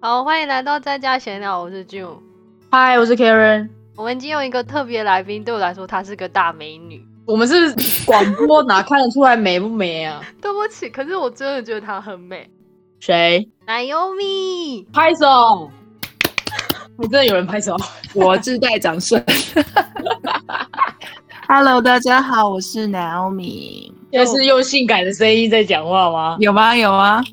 好，欢迎来到在家闲聊，我是 June。嗨，我是 Karen，我们今天有一个特别来宾，对我来说她是个大美女。我们是广播，哪看得出来美不美啊？ 对不起，可是我真的觉得她很美。谁？ Naomi，拍手！我真的有人拍 手，我自带掌声。Hello，大家好，我是 Naomi。要是用性感的声音在讲话吗？有吗？有吗？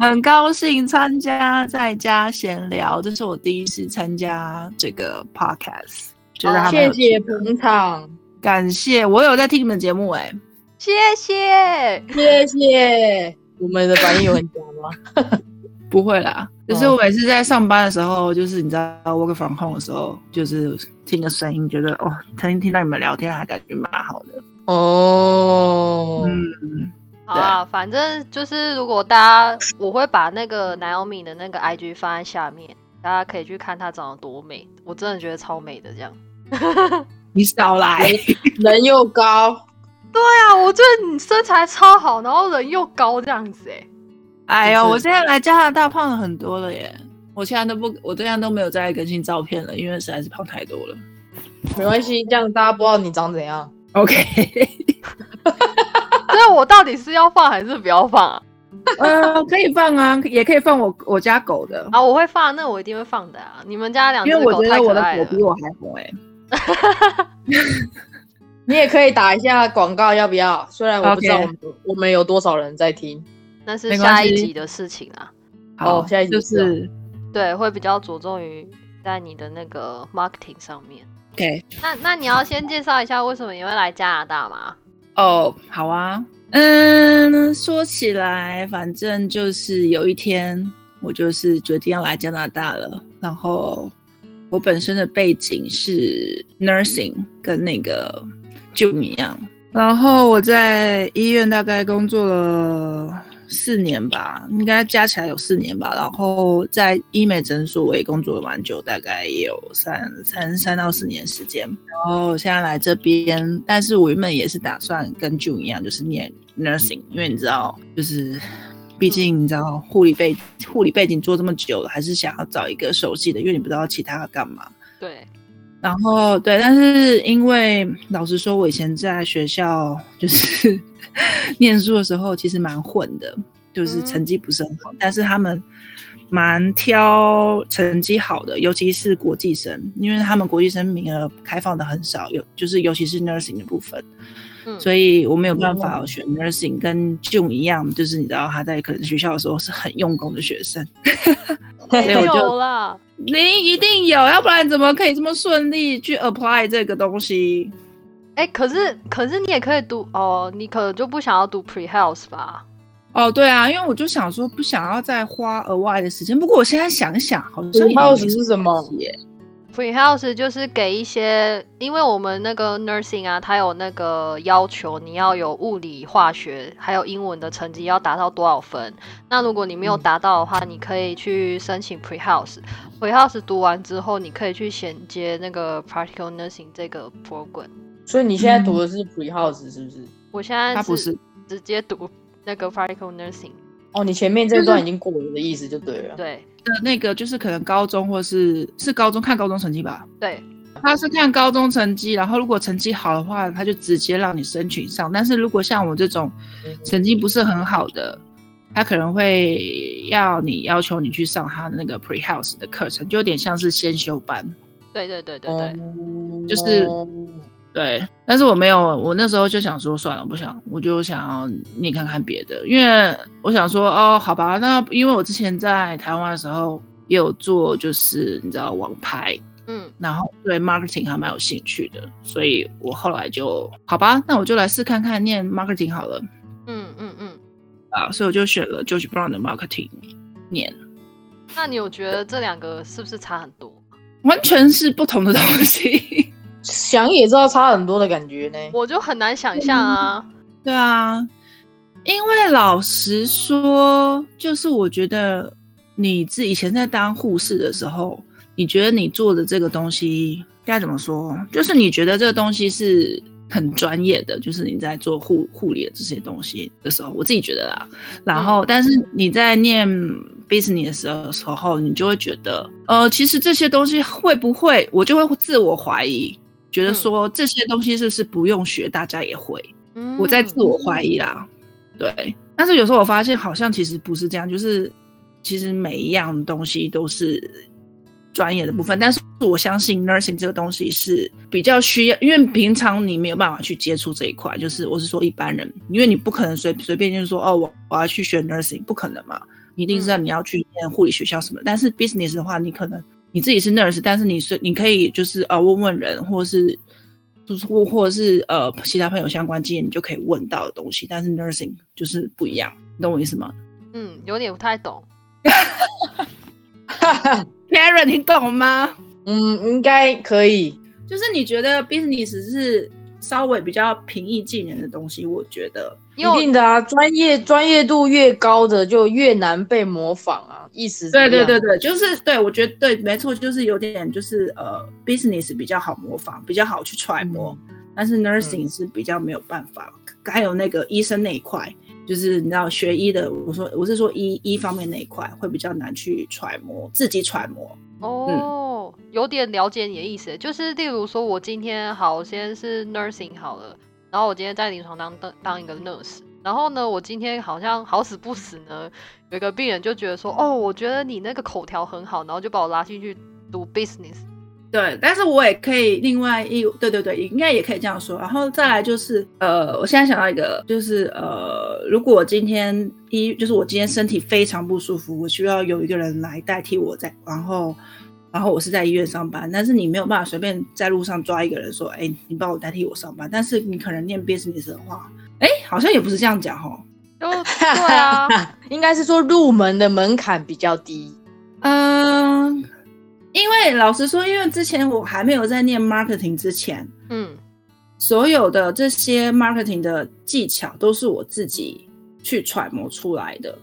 很高兴参加在家闲聊，这是我第一次参加这个 podcast，觉得哦还蛮有谢趣谢捧场，感谢我有在听你们节目哎、谢谢。 谢谢。我们的反应有很假吗？不会啦，就是我每次在上班的时候，就是你知道 work from home 的时候，就是听个声音，觉得哦，听听到你们聊天还感觉蛮好的，哦，嗯，好啊，反正就是如果大家，我会把那个 Naomi 的那个 IG 放在下面，大家可以去看她长得多美，我真的觉得超美的这样。你少来。人又高，对啊，我觉得你身材超好，然后人又高这样子哎、 哎就呦，是我现在来加拿大胖了很多了耶！我现在都不，我现在都没有再更新照片了，因为实在是胖太多了。没关系，这样大家不知道你长怎样。 OK，那我到底是要放还是不要放啊？ 呃，可以放啊，也可以放我我家狗的，啊，我会放，那我一定会放的啊！你们家两只因为我狗觉太得我可的爱狗了。比我还红哎。你也可以打一下广告，要不要？虽然我不知道 OK 我们我们有多少人在听。那是没关下一系集的事情啊。哦好下一集就是是对，会比较着重于在你的那个 marketing 上面。 OK 那那你要先介绍一下为什么你会来加拿大吗？哦，好啊。嗯，说起来，反正就是有一天，我就是决定要来加拿大了。然后我本身的背景是 nursing，跟那个 June 一样。然后我在医院大概工作了四年吧，应该加起来有四年吧。然后在医美诊所我也工作了蛮久，大概也有三三三到四年时间。然后现在来这边，但是我原本也是打算跟 June 一样，就是念 nursing，因为你知道，就是毕竟你知道护理背护理背景做这么久了，还是想要找一个熟悉的，因为你不知道其他要干嘛。对，然后对，但是因为老实说，我以前在学校就是 念书的时候，其实蛮混的，就是嗯成绩不是很好，但是他们蛮挑成绩好的，尤其是国际生，因为他们国际生名额开放的很少，有就是尤其是 nursing 的部分，嗯，所以我没有办法选 nursing，跟 June 一样，就是你知道他在可能学校的时候是很用功的学生，没 所以我就有啦。你一定有，要不然怎么可以这么顺利去 apply 这个东西？哎、可是可是你也可以读哦，你可能就不想要读 pre health 吧？哦，对啊，因为我就想说不想要再花额外的时间。不过我现在想一想，好像也没 House 什么是什么关系耶 Pre Health 就是给一些，因为我们那个 nursing 啊，它有那个要求，你要有物理、化学还有英文的成绩要达到多少分。那如果你嗯没有达到的话，你可以去申请 Pre Health。Pre Health 读完之后，你可以去衔接那个 Practical Nursing 这个 program。所以你现在嗯读的是 pre house 是不是？我现在它不是直接读那个 Practical Nursing，哦，你前面这段已经过了的意思就对了。对的那个，就是可能高中或是是高中看高中成绩吧。对，他是看高中成绩，然后如果成绩好的话，他就直接让你申请上。但是如果像我这种成绩不是很好的，他可能会要你要求你去上他的那个 pre house 的课程，就有点像是先修班。对对对对对。哦就是对，但是我没有，我那时候就想说算了，我不想，我就想要你看看别的，因为我想说哦，好吧，那因为我之前在台湾的时候也有做，就是你知道网拍，嗯，然后对 marketing 还蛮有兴趣的，所以我后来就好吧，那我就来试看看念 marketing 好了嗯嗯嗯。啊，所以我就选了 George Brown 的 marketing 念，那你有觉得这两个是不是差很多？完全是不同的东西。想也知道差很多的感觉呢。我就很难嗯想象啊。对啊，因为老实说，就是我觉得你自己以前在当护士的时候，你觉得你做的这个东西该怎么说？就是你觉得这个东西是很专业的，就是你在做护护理的这些东西的时候，我自己觉得啦。然后，但是你在念 business 的时候时候，你就会觉得，呃，其实这些东西会不会，我就会自我怀疑，觉得说这些东西是不是不用学，大家也会。嗯我在自我怀疑啦，对。但是有时候我发现，好像其实不是这样，就是其实每一样东西都是专业的部分。但是我相信 nursing 这个东西是比较需要，因为平常你没有办法去接触这一块。就是我是说一般人，因为你不可能随随便就是说哦，我我要去学 nursing，不可能嘛。一定是要你要去念护理学校什么的。但是 business 的话，你可能你自己是 nurse，但是你是你可以就是呃问问人，或是就是或或者是呃其他朋友相关经验，你就可以问到的东西。但是 nursing 就是不一样，你懂我意思吗嗯有点不太懂， ？Karen，你懂吗？嗯，应该可以。就是你觉得 business 是稍微比较平易近人的东西，我觉得一因为我定的啊，专业专业度越高的就越难被模仿啊，意思是一对样对对对，就是对我觉得对，没错，就是有点就是呃，business 比较好模仿，比较好去揣摩，嗯但是 nursing 是比较没有办法。还有那个医生那一块，就是你知道学医的，我说我是说医医方面那一块会比较难去揣摩，自己揣摩。哦，嗯有点了解你的意思，就是例如说，我今天好，我现在是 nursing 好了，然后我今天在临床当当当一个 nurse，然后呢，我今天好像好死不死呢，有一个病人就觉得说，哦，我觉得你那个口条很好，然后就把我拉进去读 business，对，但是我也可以另外一，对对对，应该也可以这样说。然后再来就是，呃，我现在想到一个，就是呃，如果我今天一就是我今天身体非常不舒服，我需要有一个人来代替我在，然后然后我是在医院上班，但是你没有办法随便在路上抓一个人说，哎，你帮我代替我上班。但是你可能念 business 的话，哎，好像也不是这样讲哦。就对 啊，应该是说入门的门槛比较低。嗯、因为老实说，因为之前我还没有在念 marketing 之前。嗯，所有的这些 marketing 的技巧都是我自己去揣摩出来的，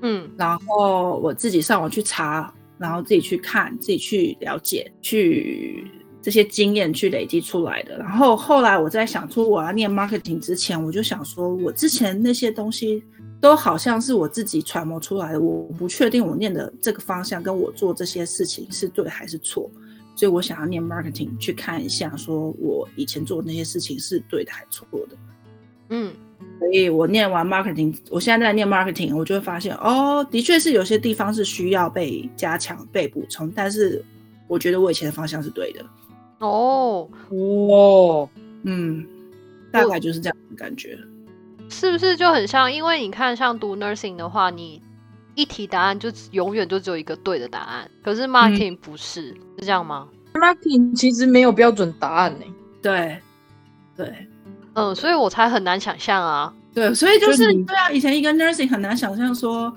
嗯然后我自己上网去查，然后自己去看，自己去了解，去这些经验去累积出来的。然后后来我在想出我要念 marketing 之前，我就想说，我之前那些东西都好像是我自己揣摩出来的，我不确定我念的这个方向跟我做这些事情是对还是错。所以我想要念 marketing 去看一下，说我以前做的那些事情是对的还是错的。嗯所以我念完 marketing，我现在在念 marketing，我就会发现哦，的确是有些地方是需要被加强、被补充，但是我觉得我以前的方向是对的，哦，哦，嗯，大概就是这样的感觉。是不是就很像？因为你看，像读 nursing 的话，你一题答案就只永远就只有一个对的答案，可嗯是 marketing 不是，是这样吗？其实没有标准答案呢、对，对，嗯，所以我才很难想象啊。对，所以就就是你对啊，以前一个 nursing 很难想象说，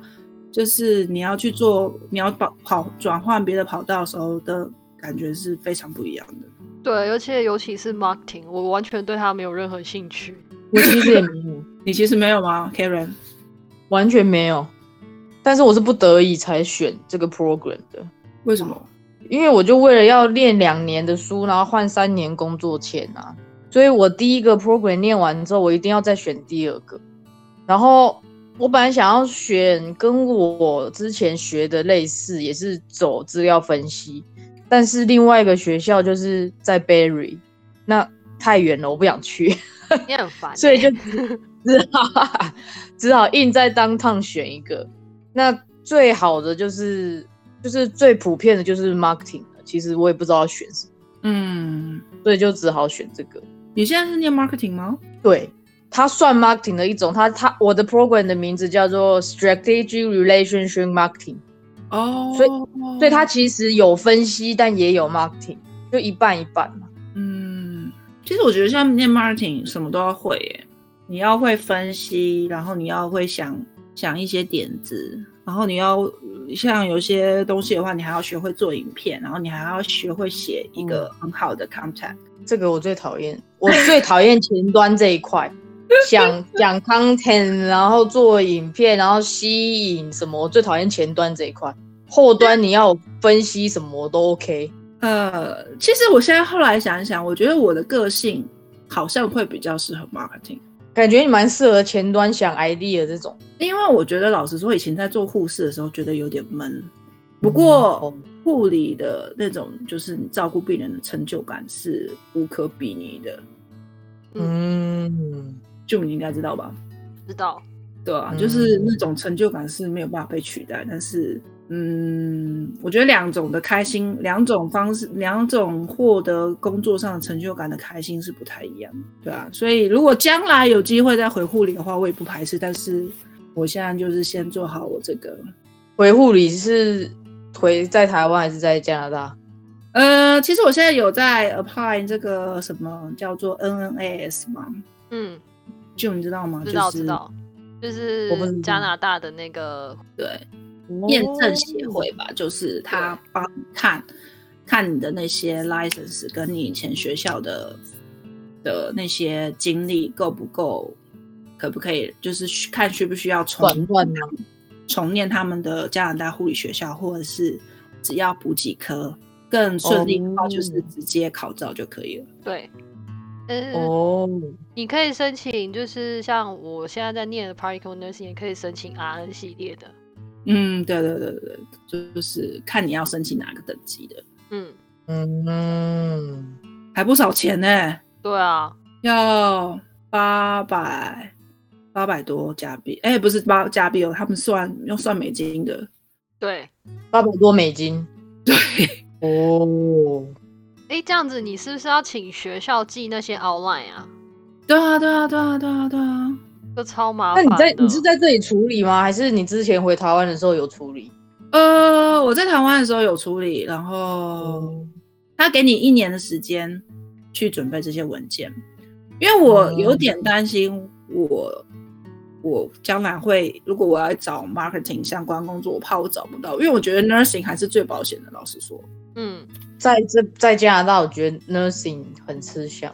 就是你要去做，你要跑跑转换别的跑道的时候的感觉是非常不一样的。对，而且尤其是 marketing，我完全对它没有任何兴 趣。我其实也没有， 你其实没有吗，Karen？完全没有。但是我是不得已才选这个 program 的，为什么？因为我就为了要练两年的书，然后换三年工作签啊，所以我第一个 program 念完之后，我一定要再选第二个。然后我本来想要选跟我之前学的类似，也是走资料分析，但是另外一个学校就是在 Berry，那太远了，我不想去。你很烦欸、所以就只只好只好硬在当趟选一个。那最好的就是就是最普遍的就是 marketing 了其实我也不知道要选什么，嗯，所以就只好选这个。你现在是念 marketing 吗？对，它算 marketing 的一种，它它我的 program 的名字叫做 strategy relationship marketing，哦，所以所以它其实有分析，但也有 marketing，就一半一半嘛。嗯，其实我觉得像念 marketing 什么都要会耶，你要会分析，然后你要会想想一些点子，然后你要呃像有些东西的话，你还要学会做影片，然后你还要学会写一个很好的 content。这个我最讨厌，我最讨厌前端这一 块，想讲 content，然后做影片，然后吸引什么，我最讨厌前端这一块。后端你要分析什么我都 OK，呃，其实我现在后来想一想，我觉得我的个性好像会比较适合 marketing。感觉你蛮适合前端想 idea 这种。因为我觉得老实说，以前在做护士的时候觉得有点闷，不过护理的那种就是你照顾病人的成就感是无可比拟的，嗯，就你应该知道吧？知道。对啊，嗯就是那种成就感是没有办法被取代，但是。嗯，我觉得两种的开心，两种方式，两种获得工作上成就感的开心是不太一样的，对啊。所以如果将来有机会再回护理的话，我也不排斥。但是我现在就是先做好我这个回护理是回在台湾还是在加拿大？呃，其实我现在有在 apply 这个什么叫做 NNAS 嘛，嗯，就你知道吗？知道就是知道，就是我不知道加拿大的那个对，验哦证协会吧，就是他帮你看看你的那些 license 跟你以前学校的的那些经历够不够，可不可以，就是需看需不需要重转换呢？重念他们的加拿大护理学校，或者是只要补几科更顺利的话，就是哦直接考照就可以了。对，嗯、哦，你可以申请，就是像我现在在念的 particle nursing，也可以申请 RN 系列的。嗯，对对对对，对就是看你要申请哪个等级的，嗯，嗯，还不少钱呢、对啊，要八百八百多加币，哎、不是八加币哦，他们算用算美金的， 对。八百多美金。对，哦，哎，这样子你是不是要请学校寄那些 outline 啊？对啊，对啊，对啊，对啊，对啊，就超麻那烦你的。在你是在这里处理吗？还是你之前回台湾的时候有处理？呃，我在台湾的时候有处理，然后哦，他给你一年的时间去准备这些文件，因为我有点担心我。我将来会，如果我要找 marketing 相关工作，我怕我找不到，因为我觉得 nursing 还是最保险的。老实说，嗯，在这在加拿大，我觉得 nursing 很吃香。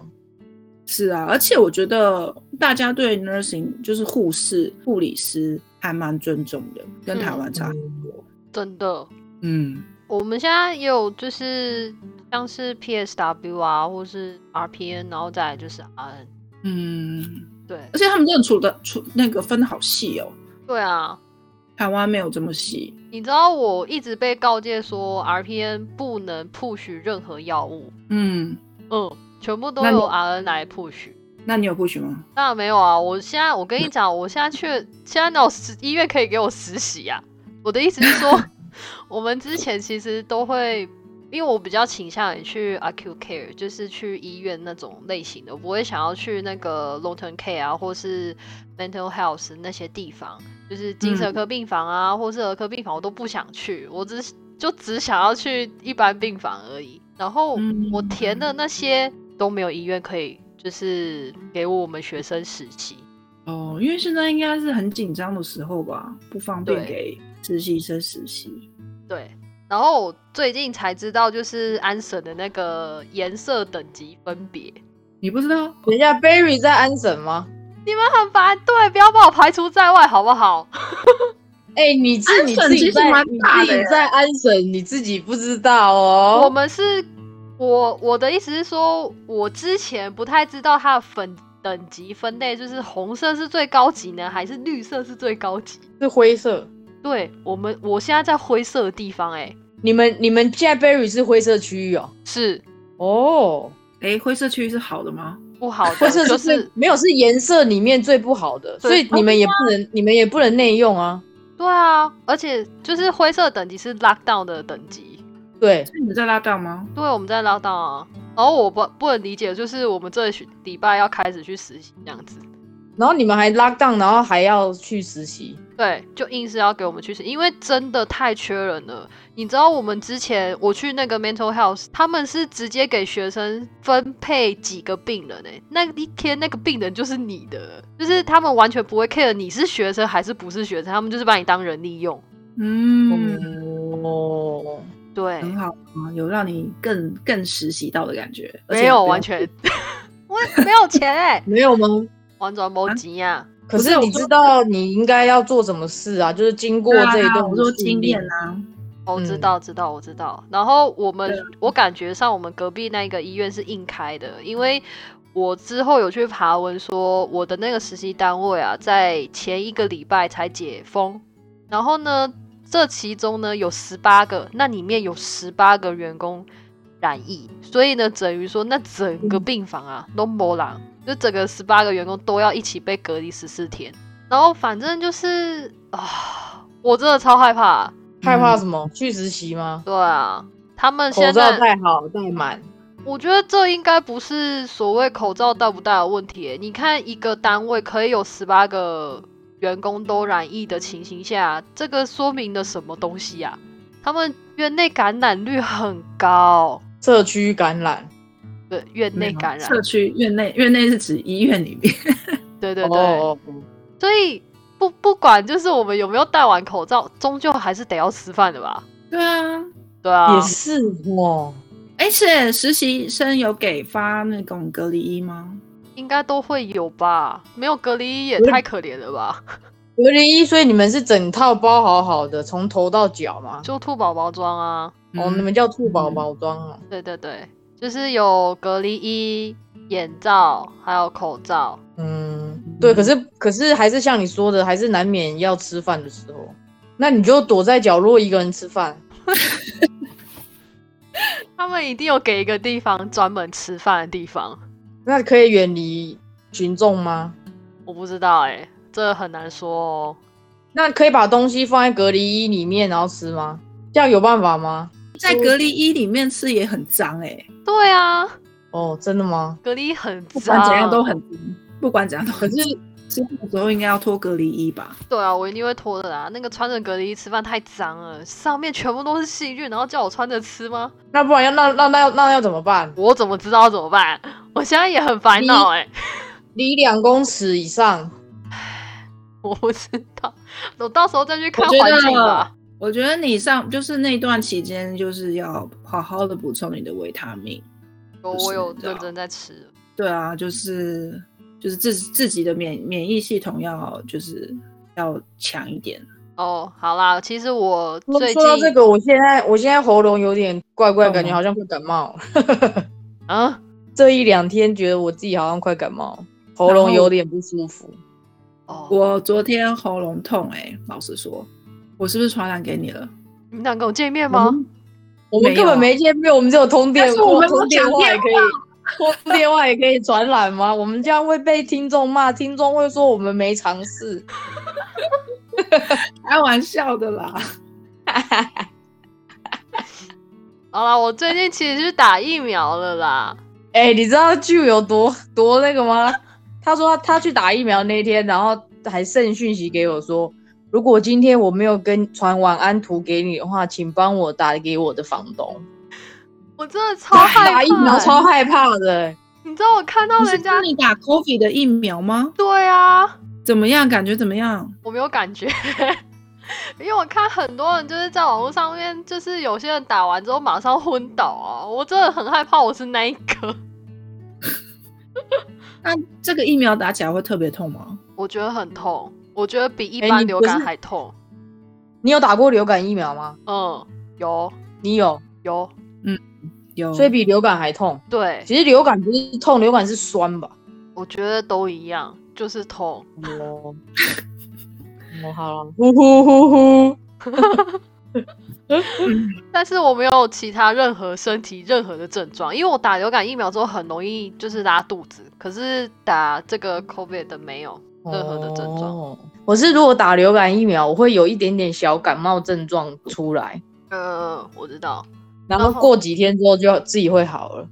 是啊，而且我觉得大家对 nursing 就是护士、护理师还蛮尊重的，跟台湾差很多。真的。嗯，我们现在也有就是像是 PSW 啊，或是 RPN，然后再来就是 RN。嗯，对而且他们真的处的处那个分得好细哦，对啊，台湾没有这么细。你知道我一直被告诫说 RPN 不能 push 任何药物，嗯，嗯，全部都那你由 RN 来 push。那你有 push 吗？当然没有啊！我现在我跟你讲，我现在去现在哪有实医院可以给我实习呀、我的意思是说，我们之前其实都会，因为我比较倾向于去 acute care，就是去医院那种类型的，我不会想要去那个 long term care 啊，或是 mental health 那些地方，就是精神科病房啊，或是儿科病房，我都不想去，我只就只想要去一般病房而已。然后嗯我填的那些都没有医院可以，就是给我们学生实习。哦，因为现在应该是很紧张的时候吧，不方便对给实习生实习。对，然后我最近才知道，就是安省的那个颜色等级分别。你不知道？等一下，Barry 在安省吗？很烦，对，不要把我排除在外，好不好？哎、你自安你省自己其实在蛮你大自的耶己在安省，你自己不知道哦。我们是，我我的意思是说，我之前不太知道它的粉等级分类，就是红色是最高级呢，还是绿色是最高级？是灰色。对我们，我现在在灰色的地方、哎，你们你们现在 Barry 是灰色区域哦。是哦，哎，灰色区域是好的吗？不好的，灰色就最、是没有是颜色里面最不好的，所对以你们也不能、你们也不能内用啊。对啊，而且就是灰色等级是 lockdown 的等级，对，那你们在拉档吗？对，我们在 lockdown 啊。然后我不不能理解，就是我们这学礼拜要开始去实习这样子，然后你们还 lock down，然后还要去实习。对，就硬是要给我们去实习，因为真的太缺人了。你知道我们之前我去那个 mental health，他们是直接给学生分配几个病人诶、欸那一天那个病人就是你的，就是他们完全不会 care 你是学生还是不是学生，他们就是把你当人利用。嗯，哦，对，很好啊，有让你更更实习到的感觉。而且没有不要完全， 我没有钱哎、没有吗？完全没钱啊。可不是是我你知道你应该要做什么事啊？就是经过对啊这一段、我说经验。啊，哦，我知嗯道，知道，我知道。然后我们对啊，我感觉上我们隔壁那个医院是硬开的，因为我之后有去爬文说，我的那个实习单位啊，在前一个礼拜才解封，然后呢，这其中呢有十八个，那里面有十八个员工染疫，所以呢，等于说那整嗯个病房啊都没人，就整个十八个员工都要一起被隔离十四天，然后反正就是啊，我真的超害怕，啊害怕什么？去实习吗？对啊，他们口现罩在戴好戴满，我觉得这应该不是所谓口罩戴不戴的问题欸耶。你看一个单位可以有十八个员工都染疫的情形下，这个说明了什么东西呀、他们院内感染率很高，社区感染。对，院内感染，啊社区院内院内是指医院里面。 对对对，哦，哦所以不不管就是我们有没有戴完口罩，终究还是得要吃饭的吧？对啊，对啊也，是哦。而且实习生有给发那种隔离衣吗？应该都会有吧？没有隔离也我也太可怜了吧？隔离衣，所以你们是整套包好好的，从头到脚嘛？就兔宝宝装啊。嗯哦，你们叫兔宝宝装哦。对对对，就是有隔离衣、眼罩，还有口罩。嗯，对，可是可是还是像你说的，还是难免要吃饭的时候，那你就躲在角落一个人吃饭。他们一定有给一个地方专门吃饭的地方，那可以远离群众吗？我不知道哎、这很难说哦。那可以把东西放在隔离衣里面然后吃吗？这样有办法吗？在隔离衣里面吃也很脏哎、对啊，哦，真 的吗？隔离很不管脏，怎样都很脏，不管怎样都可很是脏。吃饭的时候应该要脱隔离衣吧？对啊，我一定会脱的啦。那个穿着隔离衣吃饭太脏了，上面全部都是细菌，然后叫我穿着吃吗？那不然要那那那要那要怎么办？我怎么知道怎么办？我现在也很烦恼哎、离两公尺以上，我不知道，我到时候再去看我觉得环境吧。我觉得你上就是那段期间，就是要好好的补充你的维他命。有不我有知道认真在吃，对啊，就是就是自自己的免免疫系统要就是要强一点。哦，好啦，其实我说最近说到这个，我现在我现在喉咙有点怪怪，干嘛感觉好像快感冒了。啊，这一两天觉得我自己好像快感冒，喉咙有点不舒服。哦，我昨天喉咙痛哎、老实说，我是不是传染给你了？你们俩跟我见面吗？我们根本没见面，我们只有通电但，是通我们通有讲电话也可以，通电话也可以传染吗？我们这样会被听众骂，听众会说我们没尝试。开玩笑的啦。好啦，我最近其实是打疫苗了啦。哎、你知道剧有多多那个吗？他说他他去打疫苗那天，然后还剩讯息给我说，如果今天我没有跟传晚安图给你的话，请帮我打给我的房东。我真的超害怕，啊打疫苗超害怕的、你知道我看到你哦是人家说你打 COVID 的疫苗吗？对啊，怎么样？感觉怎么样？我没有感觉，因为我看很多人就是在网络上面，就是有些人打完之后马上昏倒啊，我真的很害怕我是那一个， 那这个疫苗打起来会特别痛吗？我觉得很痛，我觉得比一哎般你流不感是还痛。你有打过流感疫苗吗？嗯，有你有，有，有，所以比流感还痛。对，其实流感不是痛，流感是酸吧？我觉得都一样，就是痛。哦， 哦，好了，呼呼呼呼，但是我没有其他任何身体任何的症状，因为我打流感疫苗之后很容易就是拉肚子，可是打这个 COVID 的没有任何的症状。哦我是如果打流感疫苗，我会有一点点小感冒症状出来，呃，我知道，然然后后过几天之后就自己会好了，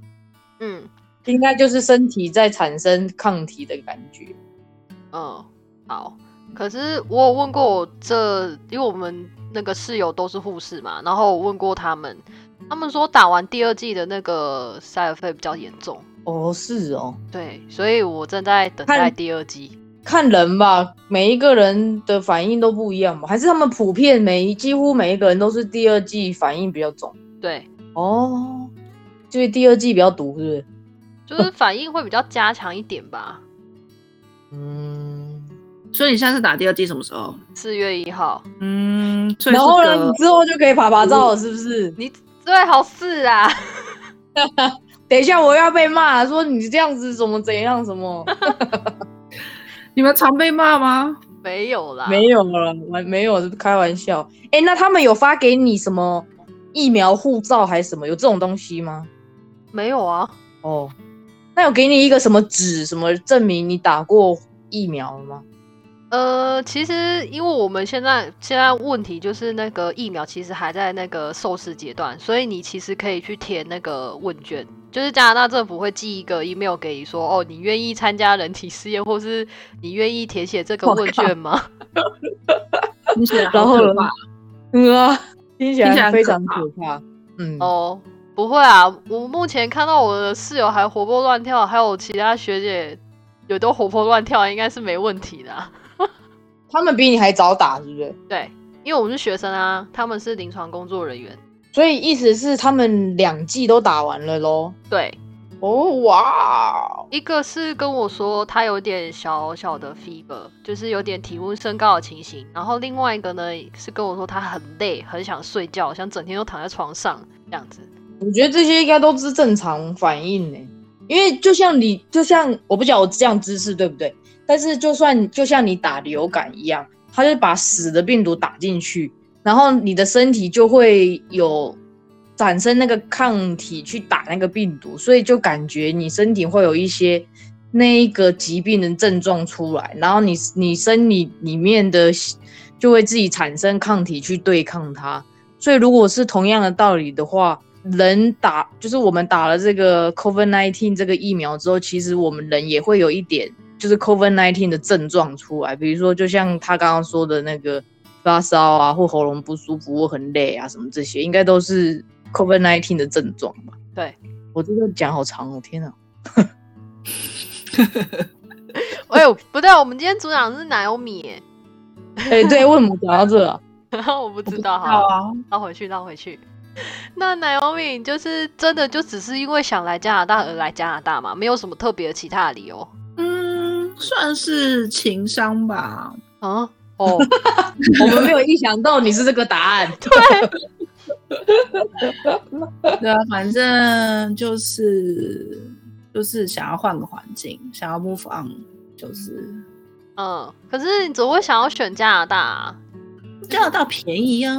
嗯应该就是身体在产生抗体的感觉。嗯，好。可是我有问过我这，因为我们那个室友都是护士嘛，然后我问过他们，他们说打完第二季的那个塞尔费比较严重，哦，是哦，对，所以我正在等待看第二季。看人吧，每一个人的反应都不一样吧？还是他们普遍每一几乎每一个人都是第二季反应比较重？对，哦，所以第二季比较毒，是不是？就是反应会比较加强一点吧。嗯，所以你下次打第二剂什么时候？四月一号，嗯，所以然后是呢，隔嗯你之后就可以爬爬照了，是不是？你最好是啊。等一下我要被骂了，说你这样子怎么怎样什 么？你们常被骂 吗？ 没有啦，没有了，完没有，开玩笑。哎、那他们有发给你什么疫苗护照还是什么？有这种东西吗？没有啊，哦，那有给你一个什么纸，什么证明你打过疫苗了吗？呃，其实因为我们现在现在问题就是那个疫苗其实还在那个受试阶段，所以你其实可以去填那个问卷，就是加拿大政府会寄一个 email 给你说，哦，你愿意参加人体试验，或是你愿意填写这个我问靠卷吗？听起来然好后可呢怕。嗯啊，听起听起来来很非可常怕可怕。嗯，哦，不会啊，我目前看到我的室友还活蹦乱跳，还有其他学姐也都活蹦乱跳，应该是没问题的啊、他们比你还早打，是不是？对，因为我们是学生啊，他们是临床工作人员。所以意思是他们两季都打完了喽。对，哦哇，一个是跟我说他有点小小的 fever，就是有点体温升高的情形，然后另外一个呢是跟我说他很累，很想睡觉，想整天都躺在床上这样子。我觉得这些应该都是正常反应呢、因为就像你，就像我不讲我这样知识对不对？但是就算就像你打流感一样，它就把死的病毒打进去，然后你的身体就会有产生那个抗体去打那个病毒，所以就感觉你身体会有一些那一个疾病的症状出来，然后你你身体里面的就会自己产生抗体去对抗它。所以如果是同样的道理的话，人打就是我们打了这个 COVID nineteen 这个疫苗之后，其实我们人也会有一点就是 COVID nineteen 的症状出来，比如说就像他刚刚说的那个发烧啊，或喉咙不舒服，或很累啊，什么这些，应该都是 COVID nineteen 的症状吧？对，我这个讲好长哦，天哪！哎呦，不对，我们今天组长是奶油米耶， 哎、对，为什么讲到这啊？我不知道，好好，啊，绕回去，绕回去。那奶油米就是真的就只是因为想来加拿大而来加拿大嘛，没有什么特别的其他的理由嗯，算是情商吧。啊。哦，我们没有意想到你是这个答案。对啊，反正就是就是想要换个环境，想要 move on，就是嗯，可是你怎么会想要选加拿大、啊？加拿大便宜啊。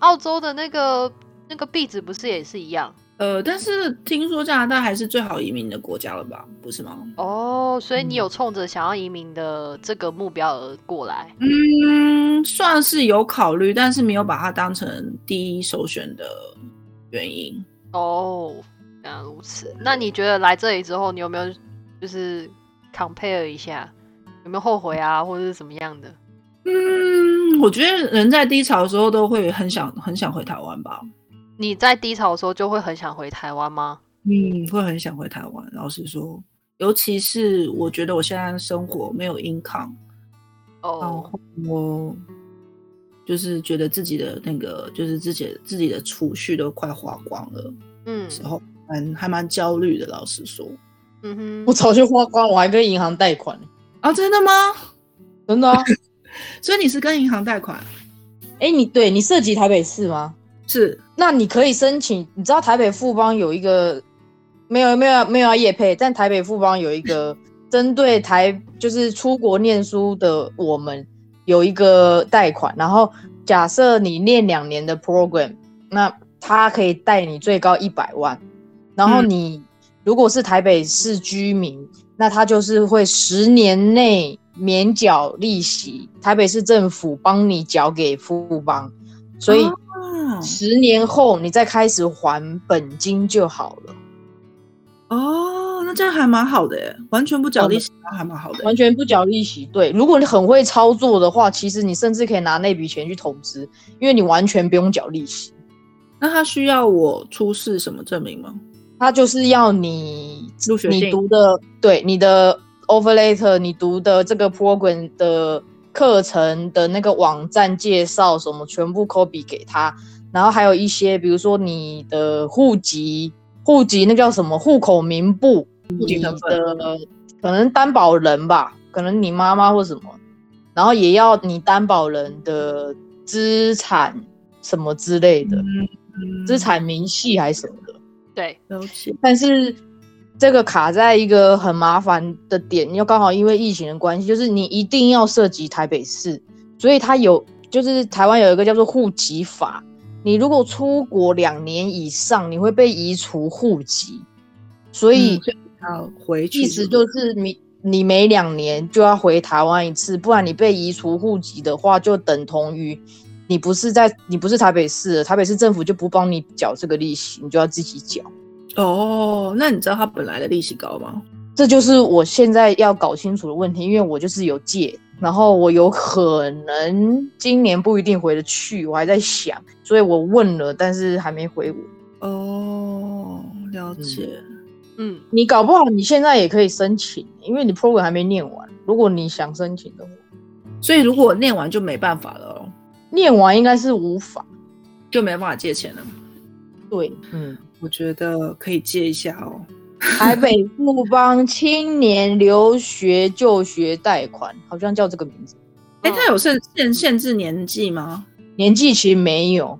澳洲的那个那个币值不是也是一样呃，但是听说加拿大还是最好移民的国家了吧？不是吗？哦？所以你嗯有冲着想要移民的这个目标而过来，嗯，算是有考虑，但是没有把它当成第一首选的原因。哦，原来如此。那你觉得来这里之后，你有没有就是 compare 一下，有没有后悔啊，或者是怎么样的？嗯，我觉得人在低潮的时候都会很想很想回台湾吧。你在低潮的时候就会很想回台湾吗？嗯，会很想回台湾。老实说，尤其是我觉得我现在生活没有 income，然哦后，我就是觉得自己的那个就是自己自己的储蓄都快花光了嗯时候，蛮还蛮焦虑的。老实说，嗯我哼，早就花光，我还跟银行贷款，啊，真的吗？真的啊？所以你是跟银行贷款？哎、你对你涉及台北市吗？是，那你可以申请，你知道台北富邦有一个没有没有没有要业配，但台北富邦有一个针对台就是出国念书的我们有一个贷款，然后假设你念两年的 program，那它可以贷你最高一百万，然后嗯你如果是台北市居民，那他就是会十年内免缴利息，台北市政府帮你缴给富邦，所以。啊十年后你再开始还本金就好了，哦，那这样还蛮好的耶，完全不缴利息，还蛮好的耶。完全不缴利息。对，如果你很会操作的话，其实你甚至可以拿那笔钱去投资，因为你完全不用缴利息。那他需要我出示什么证明吗？它就是要你入学你信读的对你的 offer letter，你读的这个 program 的课程的那个网站介绍什么，全部 copy 给他。然后还有一些，比如说你的户籍、户籍那叫什么户口名簿，户籍你成本的可能担保人吧，可能你妈妈或什么，然后也要你担保人的资产什么之类的，资产明细还是什么的。对，嗯了解。但是这个卡在一个很麻烦的点，又刚好因为疫情的关系，就是你一定要涉及台北市，所以它有就是台湾有一个叫做户籍法，你如果出国两年以上，你会被移除户籍，所以嗯所要回去意思就是你你每两年就要回台湾一次，不然你被移除户籍的话，就等同于。你不是在你不是台北市了，台北市政府就不帮你缴这个利息，你就要自己缴。哦，那你知道他本来的利息高吗？这就是我现在要搞清楚的问题，因为我就是有借，然后我有可能今年不一定回得去，我还在想，所以我问了，但是还没回我。哦，了解。嗯，你搞不好你现在也可以申请，因为你 program 还没念完。如果你想申请的话，所以如果我念完就没办法了哦，念完应该是无法。就没办法借钱了。对，嗯，我觉得可以借一下哦。台北富邦青年留学就学贷款，好像叫这个名字。哎、嗯他有限限限制年纪吗？年纪其实没有。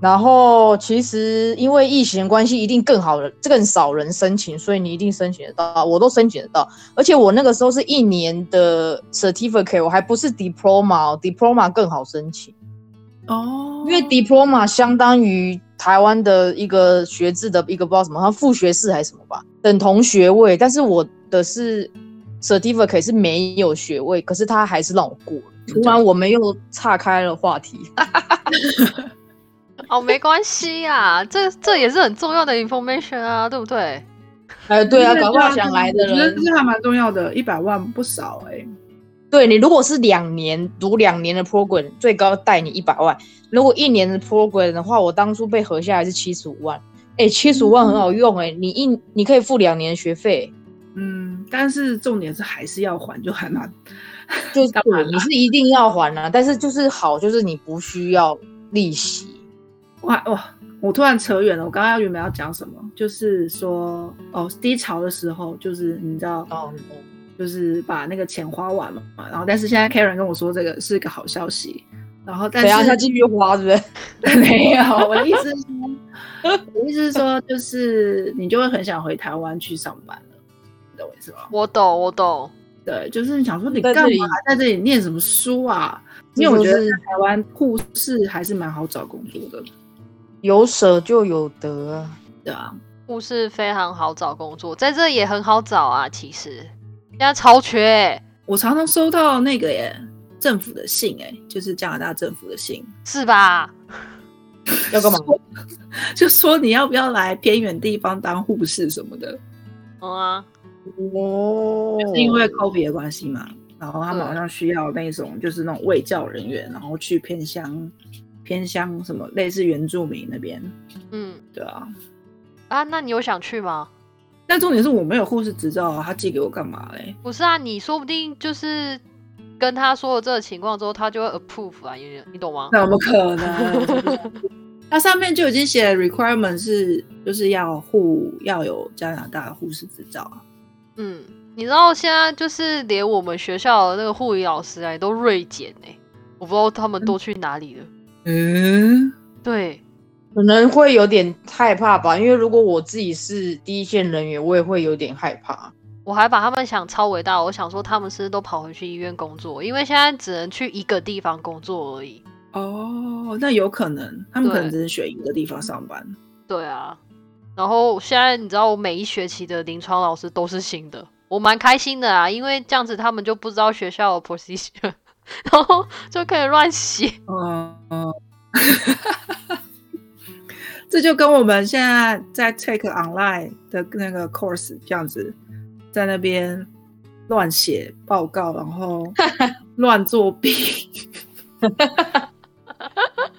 然后其实因为疫情的关系，一定更好人更少人申请，所以你一定申请得到，我都申请得到。而且我那个时候是一年的 certificate，我还不是 diploma，diploma 哦 diploma 更好申请，哦因为 diploma 相当于台湾的一个学制的一个不知道什么，好像副学士还是什么吧，等同学位。但是我的是 certificate 是没有学位，可是他还是让我过了。突然我们又岔开了话题。 哦，没关系啊，这这也是很重要的 information 啊，对不对？哎，对啊，对搞不好想来的我觉得人，这还蛮重要的，一百万不少哎、对你如果是两年读两年的 program，最高贷你一百万；如果一年的 program 的话，我当初被核下来是七十五万。哎，七十五万很好用哎、你一你可以付两年的学费，嗯，但是重点是还是要还，就还蛮就是当然啦你是一定要还啊，但是就是好，就是你不需要利息。哇哇！我突然扯远了，我刚刚原本要讲什么，就是说哦，低潮的时候，就是你知道，哦，就是把那个钱花完了嘛。然后，但是现在 Karen 跟我说这个是个好消息。然后，等但一下是他继续花，是不是？ 没有，我的意思是说，我的意思是说，就是你就会很想回台湾去上班了，你懂我意思吗？我懂，我懂。对，就是你想说你在这干嘛里还在这里念什么书啊？这因为我就觉得是在台湾护士还是蛮好找工作的，有舍就有得啊。对啊，护士非常好找工作，在这也很好找啊。其实现在超缺、欸，我常常收到那个耶政府的信，哎，就是加拿大政府的信， 是吧？要干嘛？就说你要不要来偏远地方当护士什么的，嗯啊，哦，是因为 COVID 的关系嘛。然后他们好像需要那种就是那种卫教人员，然后去偏乡、偏乡什么类似原住民那边，嗯对啊。啊，那你有想去吗？但重点是我没有护士执照啊，他寄给我干嘛嘞？不是啊，你说不定就是跟他说了这个情况之后，他就会 approve 啊，你你懂吗？怎么可能？它上面就已经写 requirement 是就是要护要有加拿大的护士执照啊。嗯，你知道现在就是连我们学校的那个护理老师啊，也都锐减哎，我不知道他们都去哪里了。嗯，对，可能会有点害怕吧，因为如果我自己是第一线人员，我也会有点害怕。我还把他们想超伟大，我想说他们是不是都跑回去医院工作，因为现在只能去一个地方工作而已。哦，那有可能，他们对可能只是选一个地方上班。对啊，然后现在你知道我每一学期的临床老师都是新的，我蛮开心的啊，因为这样子他们就不知道学校的 position，然 后就可以乱写。哦、嗯， 这就跟我们现在在 take online 的那个 course 这样子，在那边乱写报告，然 后乱作弊，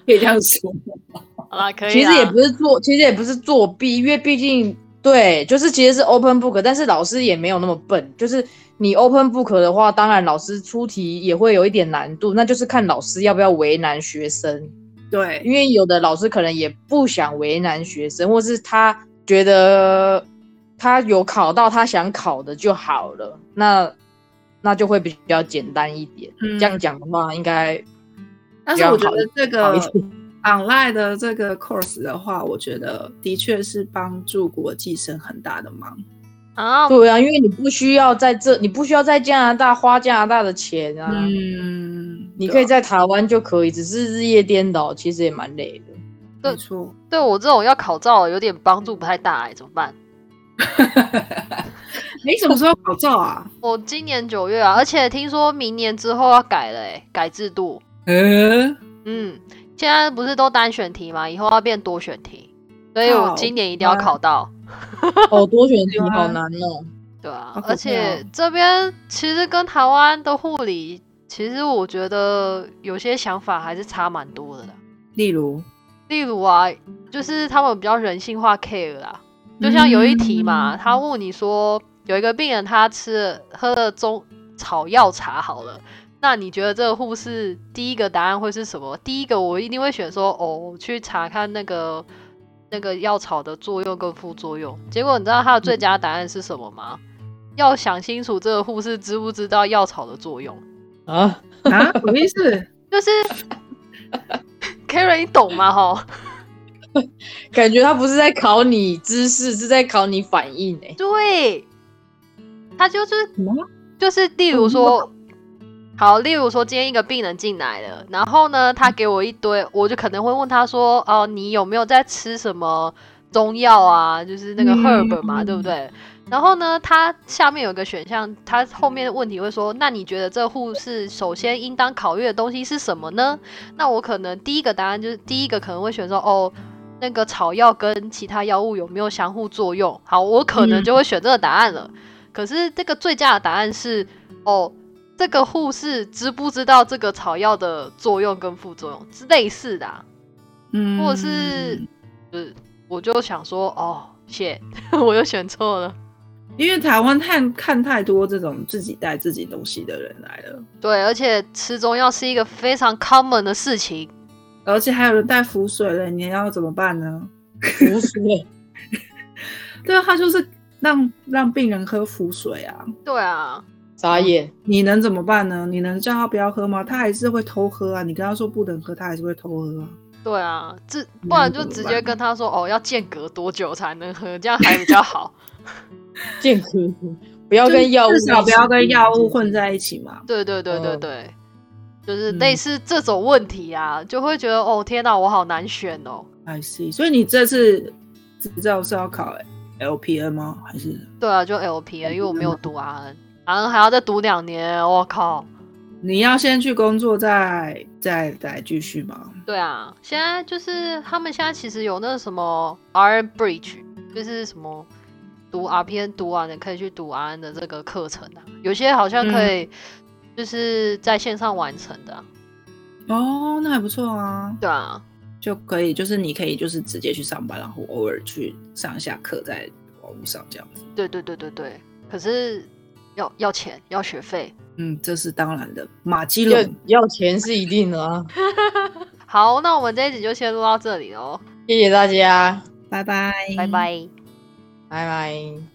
可以这样说吗。 好啦，可以啦。啊其实也不是作，其实也不是作弊，因为毕竟对，就是其实是 open book，但是老师也没有那么笨。就是你 open book 的话，当然老师出题也会有一点难度，那就是看老师要不要为难学生。对，因为有的老师可能也不想为难学生，或是他觉得他有考到他想考的就好了，那那就会比较简单一点。嗯这样讲的话，应该但是我觉得这好个一点 online 的这个 course 的话，我觉得的确是帮助国际生很大的忙。啊，对啊，因为你不需要在这，你不需要在加拿大花加拿大的钱啊，嗯，你可以对啊在台湾就可以，只是日夜颠倒，其实也蛮累的。 没错，对我这种要考照有点帮助不太大哎、怎么办？你什么时候考照啊？我今年九月啊，而且听说明年之后要改了哎、改制度。嗯， 嗯，现在不是都单选题嘛，以后要变多选题，所以我好今年一定要吧考到。好哦多选题对啊好难哦。对啊好，可而怕且哦这边其实跟台湾的护理，其实我觉得有些想法还是差蛮多的啦。例如，例如啊，就是他们比较人性化 care 啦，就像有一题嘛，嗯他问你说有一个病人他吃了喝了中草药茶好了，那你觉得这个护士第一个答案会是什么？第一个我一定会选说哦，去查看那个那个药草的作用跟副作用。结果你知道他的最佳答案是什么吗？要想清楚这个护士知不知道药草的作用，啊，啊，什么 意思？就是 Karen 你懂吗？吼。感觉他不是在考你知识，是在考你反应哎、对，他就是什么？就是，例如说，好，例如说，今天一个病人进来了，然后呢，他给我一堆，我就可能会问他说，哦、你有没有在吃什么中药啊？就是那个嗯 herb 嘛，对不对？然后呢，他下面有个选项，他后面问题会说，那你觉得这护士首先应当考虑的东西是什么呢？那我可能第一个答案就是第一个可能会选说，哦，那个草药跟其他药物有没有相互作用？好，我可能就会选这个答案了。可是这个最佳的答案是，哦，这个护士知不知道这个草药的作用跟副作用是类似的、啊，嗯，或者是，就是我就想说，哦，谢， 我又选错了。因为台湾看看太多这种自己带自己东西的人来了，对，而且吃中药是一个非常 common 的事情。而且还有人带浮水了，你要怎么办呢？欸，不是 欸对啊，他就是让让病人喝浮水啊，对啊，傻眼。你能怎么办呢？你能叫他不要喝吗？他还是会偷喝啊，你跟他说不能喝，他还是会偷喝啊。对啊，这嗯不然就怎么直办接跟他说，哦，要间隔多久才能喝，这样还比较好。健康，不要跟药物至少啊不要跟药物混在。在一起嘛。对对对对嗯对，就是嗯类似这种问题啊，就会觉得哦天哪，我好难选哦。 I see。所以你这次执照是要考 LPN 吗？还是对啊，就 LP 啊，因为我没有嗯读 RN，RN 还要再读两年，我靠。你要先去工作再再再继续吗？对啊，现在就是他们现在其实有那什么 RN Bridge，就是什么读 RPN 读完的可以去读 RN 的这个课程啊，有些好像嗯可以就是在线上完成的啊、哦，那还不错啊，对啊，就可以就是你可以就是直接去上班，然后偶尔去上下课在网络上这样子。对对对对对，可是要要钱要学费，嗯，这是当然的，马基要龙。要钱是一定的啊！好，那我们这一集就先录到这里喽，谢谢大家，拜拜，拜。拜。拜拜。